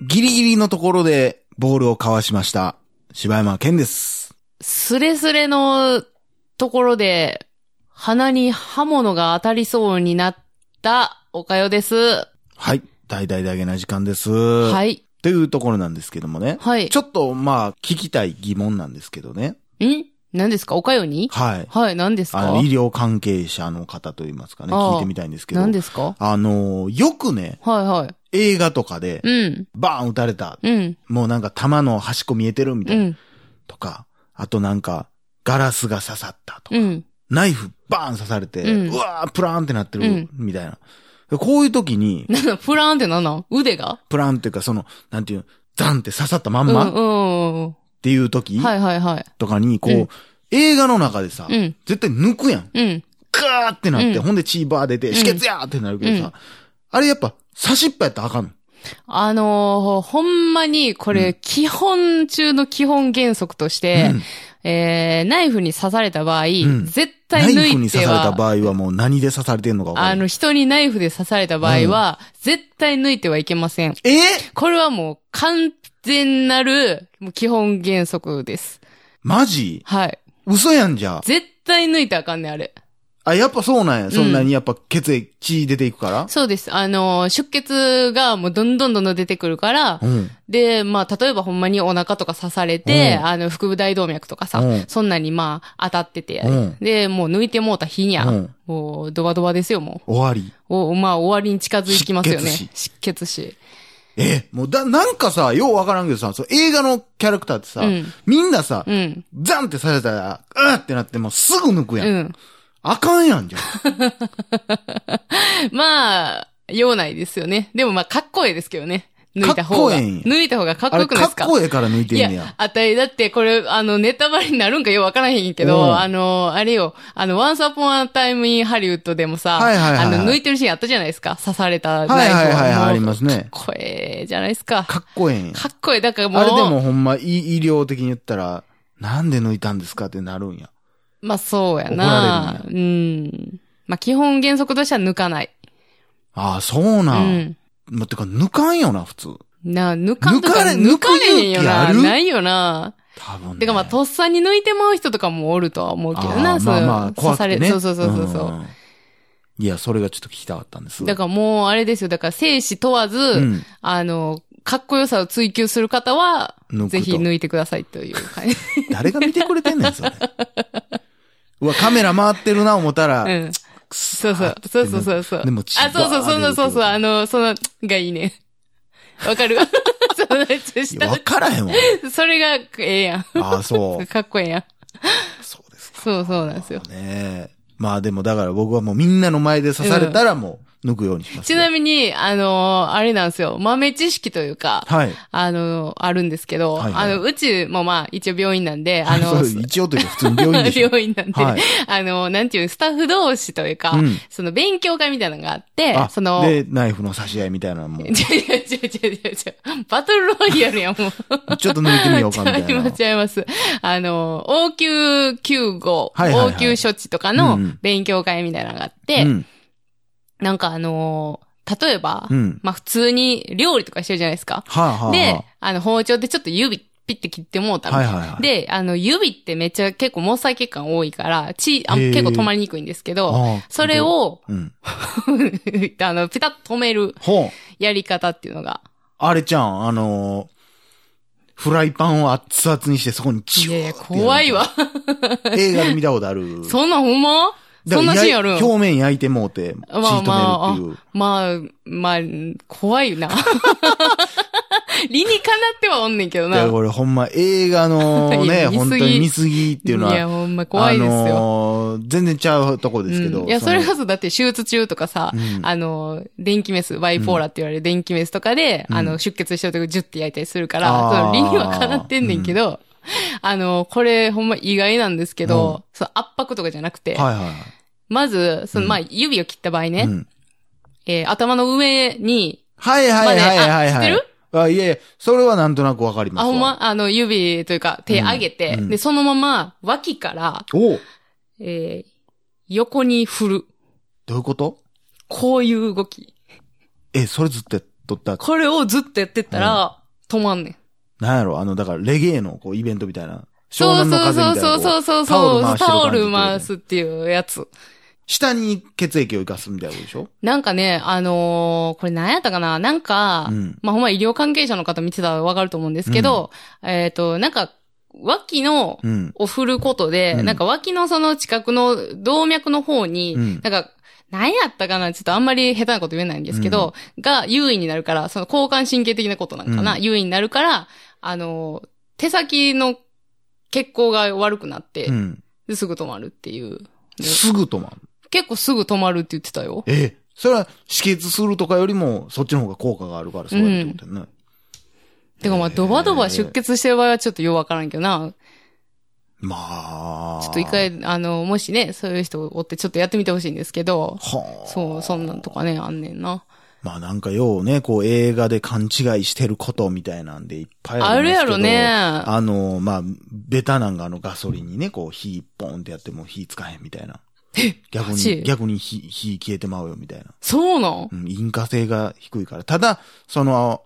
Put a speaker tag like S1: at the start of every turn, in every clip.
S1: ギリギリのところでボールをかわしました。柴山健です。
S2: スレスレのところで、鼻に刃物が当たりそうになった、おかよです。
S1: はい。大々だげな時間です。。
S2: はいい。
S1: というところなんですけどもね。
S2: はい
S1: ちょっと、まあ、聞きたい疑問なんですけどね。
S2: ん何ですかおかよに
S1: はい。
S2: はい、何です
S1: あ
S2: か
S1: の、医療関係者の方といいますかね、
S2: ああ
S1: 聞いてみたいんですけど。
S2: 何ですか
S1: あの、よくね、
S2: はいはい。
S1: 映画とかで、
S2: うん。
S1: バーン撃たれた。
S2: うん。
S1: もうなんか弾の端っこ見えてるみた
S2: う
S1: いな。
S2: ん。
S1: とか、あとなんか、ガラスが刺さったとか、
S2: うん。
S1: ナイフバーン刺されて、
S2: う
S1: うんわー、プラーンってなって
S2: う
S1: る
S2: ん、
S1: みたいな。こういう時に、
S2: なんだ、プランって何なん腕が
S1: プラーンっていうかその、なんていうの、ザンって刺さったま
S2: うんん。
S1: まっ
S2: うん。
S1: ていう時
S2: はいはいはい。
S1: とかに、こう、
S2: うん
S1: 映画の中でさ、
S2: うん
S1: 絶対抜くやん。
S2: うん。
S1: ガーってなって、
S2: うん
S1: ほんでチーバー出て、
S2: ん
S1: 止血やーってなるけどさ、
S2: うん
S1: あれやっぱ、刺しっぱやったらあかんの。
S2: あのーほんまに、こ
S1: う
S2: れ、基本中の基本原則として、えー、ナイフに刺された場合、
S1: ん
S2: 絶
S1: ナ
S2: 対抜
S1: イフに
S2: い
S1: 刺
S2: て
S1: された
S2: は、
S1: 場合はもう何で刺されてんのか分か
S2: あ
S1: る。
S2: の、人にナイフで刺された場合は、絶対抜いてはいけません。
S1: えー
S2: これはもう、完全なる、もう基本原則です。
S1: マジ
S2: はい。
S1: 嘘やんじゃあ。
S2: 絶対抜いてあかんねん、あれ。
S1: あ、やっぱそうなんや。そんなにやっぱ血液、血出ていくから。
S2: そうです。あのー出血がもうどんどんどんどん出てくるから、
S1: うん。
S2: で、まあ、例えばほんまにお腹とか刺されて、
S1: うん
S2: あの、腹部大動脈とかさ、
S1: うん
S2: そんなにまあ、当たってて、
S1: うん
S2: で、もう抜いてもうた日にゃ、
S1: うん
S2: もう、ドバドバですよ、もう。
S1: 終わり。
S2: お、まあ、終わりに近づきますよね。
S1: 失
S2: 失血死。
S1: え、もうだ、なんかさ、ようわからんけどさ、そう映画のキャラクターってさ、
S2: うん
S1: みんなさ、
S2: うん。
S1: ザンってされたら、うーってなってもうすぐ抜くやん。
S2: うん。
S1: あかんやんじゃん。
S2: まあ、用ないですよね。でもまあ、かっこええですけどね。抜いた
S1: か
S2: 方
S1: っ
S2: が。
S1: こええんや
S2: 抜いた方がかっこ
S1: あ
S2: よ
S1: れ
S2: くない
S1: かっ
S2: ですか
S1: こええから抜いてん
S2: い
S1: ね
S2: や
S1: や。、
S2: あたい、だってこれ、あの、ネタバレになるんかようわからへんけ
S1: うん
S2: ど、あの、あれよ、あの、Once Upon a Time in Hollywood でもさ、
S1: はいはいはいはい
S2: あの、抜いてるシーンあったじゃないですか。刺された
S1: は
S2: ナイ
S1: い
S2: フを。
S1: はいはいはい、あり
S2: もう
S1: ますね。
S2: かっこええじゃないですか。か
S1: かっこええんや。
S2: っこええ。だからもう、
S1: あれでもほんま、医医療的に言ったら、なんで抜いたんですかってなるんや。
S2: まあそうやな
S1: 怒ら。
S2: うん。まあ基本原則としては抜かない。
S1: ああ、そう
S2: う
S1: なん。
S2: ん。
S1: ま、てか、抜かんよな、普通。
S2: な、抜かんとか
S1: 抜かれ
S2: 抜かれへんよ
S1: 抜く勇気あ
S2: な。
S1: る
S2: ないよな。
S1: 多分、ね。
S2: てかまあ、とっさに抜いてまう人とかもおるとは思うけど
S1: あ
S2: な、
S1: ー
S2: そ
S1: まあ
S2: う
S1: まあ、怖く
S2: 刺さ
S1: て
S2: れ、
S1: ね。
S2: そうそうそうそうそう。
S1: んいや、それがちょっと聞きたかったんです。
S2: だからもう、あれですよ。だから生死問わず、
S1: うん
S2: あの、かっこよさを追求する方は
S1: 抜くと、
S2: ぜひ抜いてくださいと いう感じ。
S1: 誰が見てくれてんねん、それ。うわ、カメラ回ってるな、思ったら、
S2: うん。
S1: くっそ
S2: そうそう。そうそうそうそう。
S1: でも血
S2: あ、そうそう、その、そうそう、あ
S1: の、
S2: の、その、がいいね。わかるその、
S1: い
S2: 下
S1: やわからへんわ。
S2: それが、ええや
S1: ああ、そ
S2: ん。かっこええやん。
S1: う。そうですか。
S2: そうそうなんですよ。
S1: ねえ。まあでも、だから僕はもうみんなの前で刺されたらもう、抜くようにします。
S2: ちな
S1: に。
S2: みに、あのあれなんですよ。豆知識というか、
S1: はい。
S2: あのあるんですけど、
S1: はいはい
S2: あの、うちもまあ、一応病院な んで、あ
S1: あ
S2: の
S1: の、、一応というか普通に病院でしょ。
S2: 病院なんで、
S1: はい
S2: あの、なんていう、スタッフ同士というか、
S1: うん
S2: その勉強会みたいなのがあって、
S1: あ、
S2: その、
S1: で、ナイフの差し合いみたいなのも、
S2: ちょいちょいちょいちょいちょいちょいバトルロイヤルやん、もう。
S1: ちょっと抜いてみようかみ たい
S2: 違い
S1: な
S2: ま。す、違います。あの、応急救護、
S1: はいはいはい
S2: 応急処置と
S1: う
S2: かの
S1: んうん
S2: 勉強会みたいなのがあって、
S1: うん。
S2: なんかあのー例えば、
S1: うん。
S2: まあ普通に料理とかしてるじゃないですか。
S1: はあ、はあ、
S2: で、あの包丁でちょっと指ピッて切ってもうたみたいな。
S1: はいはいはい
S2: で、あの指ってめっちゃ結構毛細血管多いから、血、あ
S1: へー
S2: 結構止まりにくいんですけど、
S1: ああ
S2: それ、を、
S1: うん。
S2: あの、ピタッと止める
S1: ほう。
S2: やり方っていうのが。
S1: あれちゃん、あのーフライパンを熱々にしてそこに
S2: い
S1: チュー
S2: やいや、怖いわ。
S1: 映画で見たことある。
S2: そんなんほんま
S1: だか
S2: そん
S1: ら
S2: なシーンあるん
S1: やい表面焼いてもうて、血
S2: まあ
S1: 止めるっていう。
S2: まあ、まあ、怖いな。 理にかなってはおんねんけど
S1: い
S2: な。
S1: や、これほんま映画 の
S2: い
S1: ね、
S2: や見す
S1: 本
S2: ぎ
S1: 当に見過ぎっていうのは、
S2: や、ほんま怖いです
S1: あ
S2: よ。
S1: のー全然ちゃうとこですけど。
S2: うんいや、それ
S1: の
S2: こそだって手術中とかさ、
S1: うん
S2: あの、電気メス、バイポーラって言われる電気メスとかで、
S1: うん
S2: あの、出血してるとこジュッて焼いたりするから、
S1: あー
S2: その理にはかなってんねんけど、あの、これほんま意外なんですけど、
S1: うん
S2: その圧迫とかじゃなくて、
S1: はいはいはい。
S2: まず、その、
S1: うん
S2: まあ、指を切った場合ね、
S1: うん
S2: えー頭の上に、
S1: はいはいはいはい
S2: まあ
S1: は
S2: ね
S1: い。
S2: あ知って
S1: あ、いやいや、それはなんとなくわかります
S2: あ、
S1: わ。
S2: ほんま、あの、指というか手上げて、
S1: うんうん
S2: で、そのまま脇から、
S1: おう
S2: えー横に振る。
S1: どういうこと
S2: こういう動き。
S1: え、それずっとやっとった。
S2: これをずっとやってったら、止まんねん。
S1: なんやろあの、だから、レゲエの、こう、イベントみたいな。湘
S2: そう
S1: 南の
S2: そう
S1: 風
S2: そ
S1: み
S2: う
S1: たいな。
S2: そうそうそう。
S1: こう
S2: タ
S1: タ
S2: オ
S1: オ
S2: ル
S1: ル
S2: 回
S1: 回す
S2: すっていうやつ。
S1: 下に血液を生かすみたいなことでしょ
S2: なんかね、あのーこれ何やったかななんか、
S1: うん
S2: まあ、ほんま医療関係者の方見てたらわかると思うんですけど、えっ、と、なんか、脇の、
S1: うん。
S2: を振ることで、
S1: うん
S2: なんか脇のその近くの動脈の方に、
S1: うん
S2: なんか、何やったかなちょっとあんまり下手なこと言えないんですけど、が優位になるから、その交感神経的なことなんかな、
S1: う
S2: 優位になるから、あのー、手先の血行が悪くなって、
S1: うん。
S2: ですぐ止まるっていう。
S1: すぐ止まる。
S2: 結構すぐ止まるって言ってたよ。
S1: え、それは止血するとかよりも、そっちの方が効果があるから、そうやるってことやね。
S2: てかまあ、
S1: へー
S2: ドバドバ出血してる場合はちょっとようわからんけどな。
S1: まあ。
S2: ちょっと一。回、あの、もしね、そういう人おってちょっとやってみてほしいんですけど、
S1: はあ。
S2: そう、そんなんとかね、あんねんな。
S1: まあなんかようね、こう映画で勘違いしてることみたいなんでいっぱいあ
S2: あ
S1: り
S2: る
S1: ます
S2: や
S1: けど
S2: ろね。
S1: あの、まあ、ベタなんかあのガソリンにね、こう火ポンってやっても火つかへんみたいな。逆
S2: マジ
S1: に、逆に火、火消えてまうよみたいな。
S2: そうなん
S1: うん、引火性が低いから。ただ、その、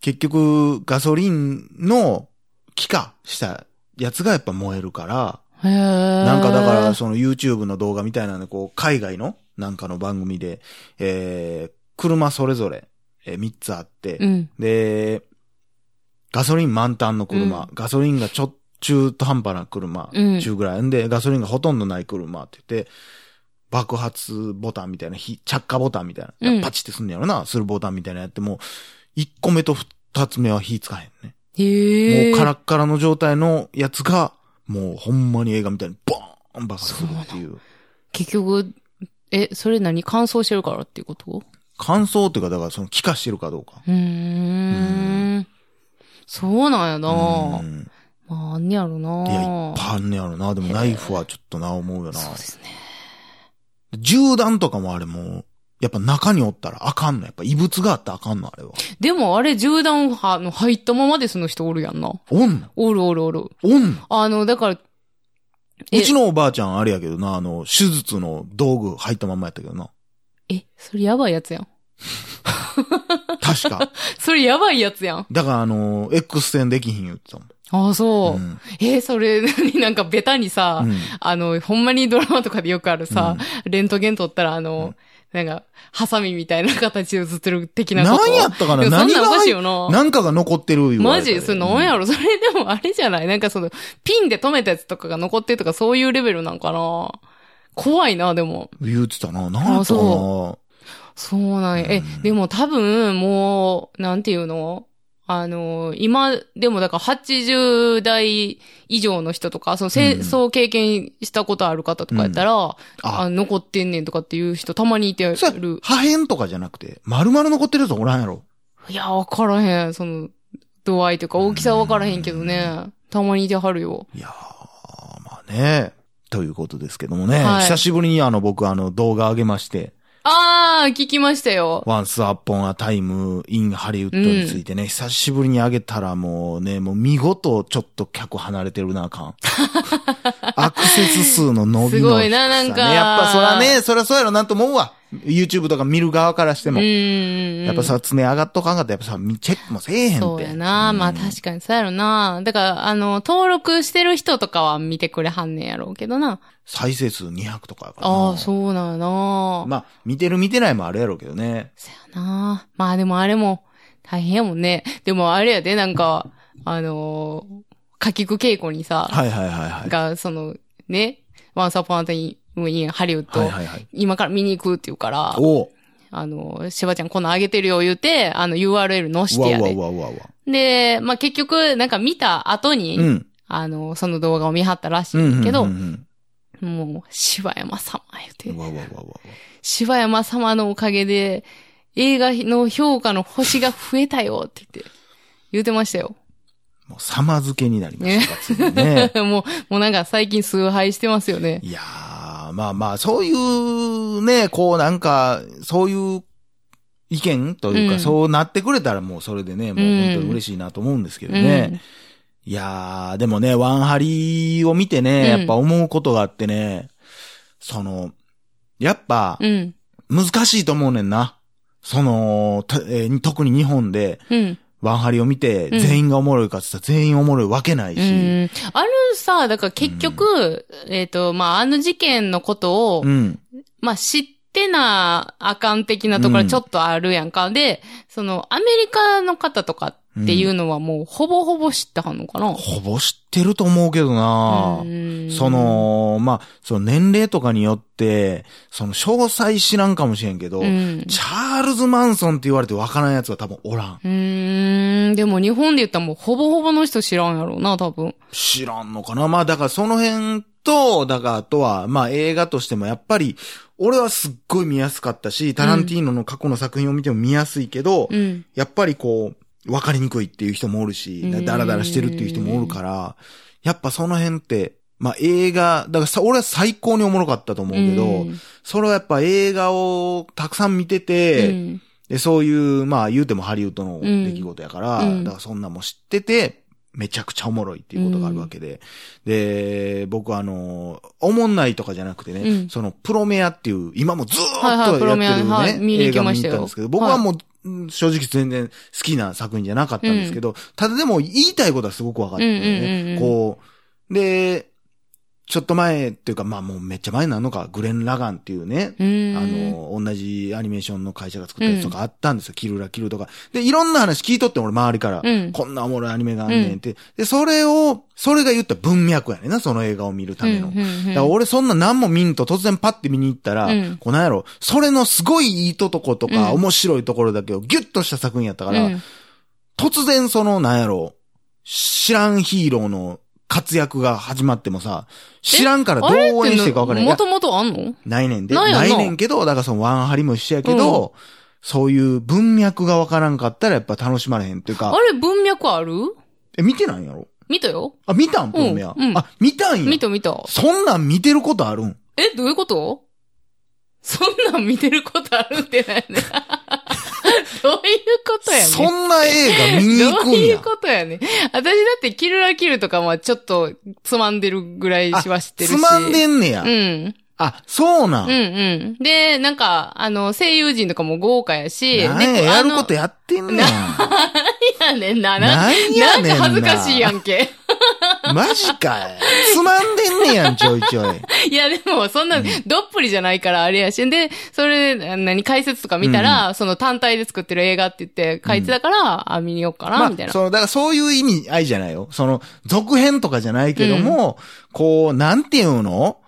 S1: 結局ガソリンの気化したやつがやっぱ燃えるから、
S2: へー
S1: なんかだから、その YouTube の動画みたいなんで、こう、海外のなんかの番組で、えー、車それぞれ、えー、3つあって、
S2: うん。
S1: で、ガソリン満タンの車、
S2: うん
S1: ガソリンがちょ、中途半端な車、
S2: うん
S1: 中ぐらい。んで、ガソリンがほとんどない車って言って、爆発ボタンみたいな、ひ着火ボタンみたいな、
S2: うん
S1: パチってすんのやろな、するボタンみたいなやっても、1個目と2つ目は火つかへんね。
S2: へえ。
S1: もうカラッカラの状態のやつが、もうほんまに映画みたいにボーン爆発するっていう。
S2: 結局、え、それ何乾燥してるからっていうこと
S1: 乾燥っていうか、だからその気化してるかどうか。
S2: うーん。そうなんやな
S1: う。ん
S2: まあ、あんねやろ
S1: いや、いっ
S2: な。
S1: ぱいあんねやろな。でもナイフはちょっとな、思うよな。
S2: そうですね。
S1: 銃弾とかもあれもう、やっぱ中におったらあかんの。やっぱ異物があったらあかんの、あれは。
S2: でもあれ、銃弾はの入ったままでその人おるやんな。
S1: おんの
S2: おるおるおる。
S1: おんの
S2: あの、だから、え
S1: うちのおばあちゃんあれやけどな、あの、手術の道具入ったまんまやったけどな。
S2: え、それやばいやつやん。
S1: 確か。
S2: それやばいやつやん。
S1: だからあの、X 線できひん言ってたもん。
S2: ああ、そう。
S1: ん。
S2: え、それ、 何なんかベタにさ、
S1: うん
S2: あの、ほんまにドラマとかでよくあるさ、レントゲン撮ったら、あの、なんか、ハサミみたいな形で映ってる的なこと。
S1: 何やったか
S2: い
S1: な
S2: やそん
S1: 何が
S2: なんおかしい
S1: 入
S2: よな。
S1: なんかが残ってる言わ
S2: マ
S1: れたで
S2: ジそれなんやろ、 それでもあれじゃないなんかその、ピンで止めたやつとかが残ってるとかそういうレベルなんかな怖いな、でも。
S1: 言うてたな。なんやったか
S2: あ
S1: な
S2: そうなんや。え、
S1: うん
S2: でも多分、もう、なんていうのあの、今、でもだから80代以上の人とか、その戦
S1: うん
S2: 争経験したことある方とかやったら、あ
S1: あ、
S2: 残ってんねんとかっていう人たまにいて
S1: それ
S2: る。
S1: 破片とかじゃなくて、丸々残ってるやつおらんやろ。
S2: いや、わからへん。その、度合いというか大きさはわからへんけどね。たまにいてはるよ。
S1: いやー、まあね。ということですけどもね。
S2: はい
S1: 久しぶりにあの僕あの動画上げまして、
S2: あー、聞きましたよ。
S1: Once Upon a Time in Hollywood についてね、久しぶりに上げたらもうね、もう見事ちょっと客離れてるなあかん。アクセス数の伸びの低さ、ね。
S2: すごいななんか
S1: やっぱそらね、そらそうやろなんと思うわ。YouTube とか見る側からしても。
S2: うんうんうん。
S1: やっぱさ、常上がっとかんかったらやっぱさ、みチェックもせえへんって。
S2: そうやな。まあ
S1: うん
S2: 確かにそうやろな。だから、あの、登録してる人とかは見てくれはんねんやろうけどな。
S1: 再生数200とかやからな。
S2: ああ、そうなんやな。
S1: まあ、見てる見てないもあるやろうけどね。
S2: そうやな。まあでもあれも大変やもんね。でもあれやで、なんか、あのー、かきく稽古にさ、
S1: はいはいはいはい。
S2: が、その、ね、ワンサポアンタイムインハリウッド、
S1: はいはいはい。
S2: 今から見に行くって言うから、
S1: おう
S2: あの、しばちゃんこんなんあげてるよ言うて、あの URL 載し
S1: うわ
S2: て
S1: う
S2: や
S1: わ
S2: で
S1: う。わうわうわ。
S2: で、まあ結局、なんか見た後に、
S1: うん。
S2: あの、その動画を見張ったらし
S1: うんうんう
S2: い
S1: ん
S2: けど、
S1: うん
S2: もう、柴山様
S1: う
S2: 言うんて、
S1: わうわうわうわ。
S2: 柴山様のおかげで、映画の評価の星が増えたよって言って、言うてましたよ。。
S1: もう様付けになりましたかついにね
S2: もう、もうなんか最近崇拝してますよね。
S1: いやー、まあまあ、そういうね、こうなんか、そういう意見というか、
S2: うん
S1: そうなってくれたらもうそれでね、もう本当に嬉しいなと思うんですけどね。
S2: うん
S1: いやー、でもね、ワンハリを見てね、
S2: う
S1: や
S2: ん
S1: っぱ思うことがあってね、その、やっぱ、
S2: うん。
S1: 難しいと思うねんな。その、たえー特に日本で、
S2: うん。
S1: ワンハリを見て、
S2: うん
S1: 全員がおもろいかって言ったら全員おもろいわけないし。
S2: うん。あるさ、だから結局、えっ、と、まあ、あの事件のことを、
S1: うん。
S2: まあ、知ってなあかん的なところ
S1: うん
S2: ちょっとあるやんか。で、その、アメリカの方とかっていうのはもう、ほぼほぼ知ってはんのかな、
S1: ほぼ知ってると思うけどな
S2: うん
S1: そ、の、まあ、その年齢とかによって、その詳細知らんかもしれんけど、
S2: うん。
S1: チャールズ・マンソンって言われてわからんやつは多分おらん。
S2: うーん。でも日本で言ったらもうほぼほぼの人知らんやろうな、多分。
S1: 知らんのかなまあだからその辺と、だからあとは、まあ映画としてもやっぱり、俺はすっごい見やすかったし、タランティーノの過去の作品を見ても見やすいけど、
S2: うん。
S1: やっぱりこう、わかりにくいっていう人もおるし、
S2: うん
S1: ダラダラしてるっていう人もおるから、やっぱその辺って、まあ映画、だからさ、俺は最高におもろかったと思うけど、
S2: うん
S1: それはやっぱ映画をたくさん見てて、
S2: うん
S1: で、そういう、まあ言うてもハリウッドの
S2: うん
S1: 出来事やから、
S2: うん
S1: だからそんなんも知ってて、めちゃくちゃおもろいっていうことがあるわけで。で、僕はあの、おもんないとかじゃなくてね、
S2: うん
S1: そのプロメアっていう、今もずー
S2: はいはい
S1: っ
S2: プ
S1: とや
S2: ロ
S1: ってる
S2: メ
S1: ね、
S2: アはい見
S1: 映
S2: に行き
S1: 画
S2: ま
S1: 見
S2: し
S1: に行
S2: た
S1: っ
S2: よ
S1: たんですけど、僕はもう、うん正直全然好きな作品じゃなかったんですけど、ただでも言いたいことはすごくわかったんだよね。
S2: うんうんうんうん
S1: こう、で、ちょっと前っていうか、まあもうめっちゃ前になるのか、グレン・ラガンっていうね、
S2: うん。
S1: あの、同じアニメーションの会社が作ったやつとかあったんですよ。キルラキルとか。で、いろんな話聞いとってん俺周りから。
S2: うん
S1: こんなおもろいアニメがあんねんって。で、それを、それが言った文脈やねんな、その映画を見るための。
S2: うんうんうん
S1: だから俺そんな何も見んと突然パッて見に行ったら、
S2: うん
S1: こうなんやろ、それのすごいいいとことか、
S2: うん
S1: 面白いところだけをギュッとした作品やったから、
S2: うん
S1: 突然そのなんやろ、知らんヒーローの活躍が始まってもさ、知らんからどう応援していいか分からへん。い
S2: も
S1: や
S2: ともとあんの
S1: ないねんで。
S2: な
S1: ないい
S2: よな
S1: ねんけど、だからそのワンハリも一緒やけど、そういう文脈がわからんかったらやっぱ楽しまれへんっていう
S2: あ
S1: か、
S2: れ文脈ある
S1: え、見てないんやろ
S2: 見たよ
S1: あ、見たんプロメア、
S2: うんうん
S1: あ、見たんや。
S2: 見た見た。
S1: そんなん見てることあるん
S2: え、どういうことそんなん見てることあるってなんやねん どういうことやねん
S1: そんな映画見に行く
S2: ど
S1: ん
S2: ういう
S1: や。
S2: ことやねん私だってキルラキルとかはちょっとつまんでるぐらいしは知ってるし。
S1: つまんでんねや。
S2: うん。
S1: あ、そうなん。
S2: うんうん。で、なんか、あの、声優陣とかも豪華やし、
S1: なん
S2: で
S1: ややるこ
S2: あ
S1: とやってんねや。
S2: のいやねんな。な
S1: なんやねんな。
S2: なんか恥ずかしいやんけ。
S1: マジかい。つまんでんねやん、ちょいちょい。
S2: いや、でも、そんな、どっぷりじゃないから、あれやし。で、それ、何、解説とか見たら、その単体で作ってる映画って言って、解説だから、あ、見によっかな、みたいな。
S1: その、だからそういう意味合いじゃないよ。その、続編とかじゃないけども、こう、なんていうの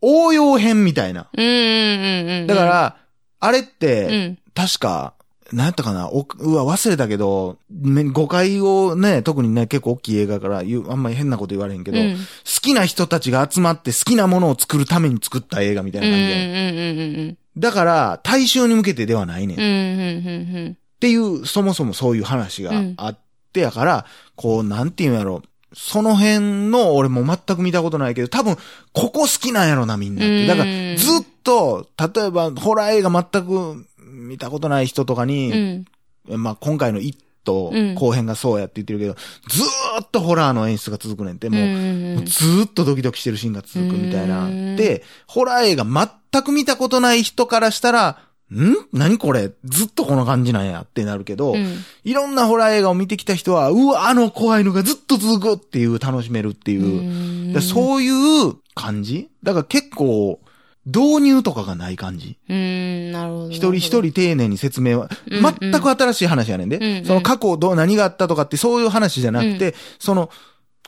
S1: 応用編みたいな。
S2: うんうんうんうん。
S1: だか、ら、あれっ
S2: う
S1: て、
S2: ん。
S1: 確か、なんやったかなおうわ、忘れたけど、め誤解をね、特にね、結構大きい映画から言う、あんまり変なこと言われへんけど、
S2: うん
S1: 好きな人たちが集まって好きなものを作るために作った映画みたい
S2: うんう
S1: なん感じやん、
S2: うんうんうん。
S1: だから、大衆に向けてではないねん
S2: うんうんうんうん。
S1: っていう、そもそもそういう話があってやから、こう、なんていうんやろ。その辺の俺も全く見たことないけど、多分、ここ好きなんやろな、みんなっ
S2: うん
S1: て。だから、ずっと、例えば、ホラー映画全く見たことない人とか
S2: う
S1: に、
S2: ん。
S1: まあ、今回の一と
S2: うん
S1: 後編がそうやって言ってるけど、ずーっとホラーの演出が続くねんって、もう、
S2: も
S1: ずーっとドキドキしてるシーンが続くみたいな
S2: うん。
S1: で、ホラー映画全く見たことない人からしたら、ん何これずっとこの感じなんやってなるけど、いろんなホラー映画を見てきた人は、うわ、あの怖いのがずっと続くっていう楽しめるっていう。でそういう感じだから結構、導入とかがない感じ。
S2: うん。うん、なるほど。
S1: 一人一人丁寧に説明は、
S2: うんうん
S1: 全く新しい話やねんで、
S2: うんうん
S1: その過去どう何があったとかってそういう話じゃなくて、その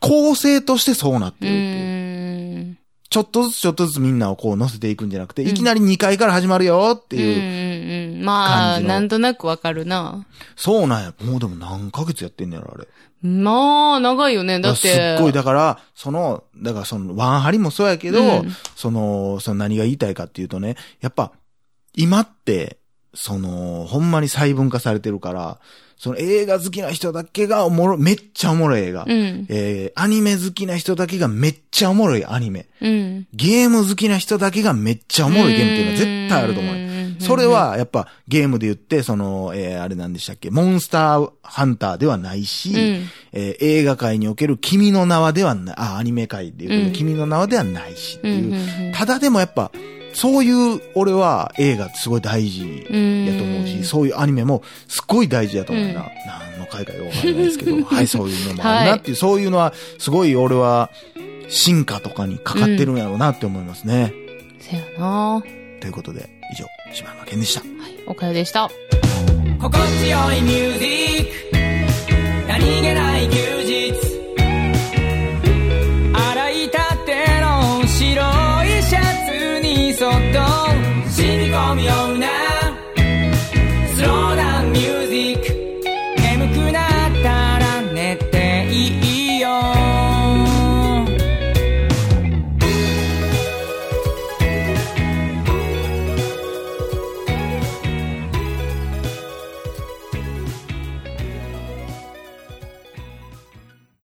S1: 構成としてそうなってるって
S2: う
S1: いう。
S2: ん。
S1: ちょっとずつちょっとずつみんなをこう乗せていくんじゃなくて、
S2: うん
S1: いきなり2階から始まるよっていう。
S2: うんうんうん。まあ、
S1: 感じの
S2: なんとなくわかるな。
S1: そうなんや。もうでも何ヶ月やってんねやろ、あれ。
S2: まあ、長いよね。だって。
S1: からすっごい、だから、その、だからその、ワンハリもそうやけど、
S2: うん
S1: その、その何が言いたいかっていうとね、やっぱ、今って、その、ほんまに細分化されてるから、その映画好きな人だけがおもろい、めっちゃおもろい映画。
S2: うん。
S1: えー、アニメ好きな人だけがめっちゃおもろいアニメ。
S2: うん。
S1: ゲーム好きな人だけがめっちゃおもろいゲームっていうのは絶対あると思うよ。
S2: う
S1: それ、は、やっぱ、ゲームで言って、その、えーあれなんでしたっけ、モンスターハンターではないし、
S2: うん
S1: えー映画界における君の名はではない、あ、アニメ界で言うけど、
S2: うん
S1: 君の名はではないしっていう、
S2: うんうんうん
S1: ただでもやっぱ、そういう俺は映画ってすごい大事やと思うし、
S2: うん
S1: そういうアニメもすっごい大事やと思うな。
S2: うん
S1: 何の回かよくわかんないですけ ど、はい、そういうのもあるなっていう、そういうのはすごい俺は進化とかにかかってるんやろうなって思いますね。
S2: せやな
S1: ということで、以上、島山健でした。
S2: おかよでした。
S3: 心地よいミュージック何気ない休日洗いたての白いシャツにそっと染み込むよう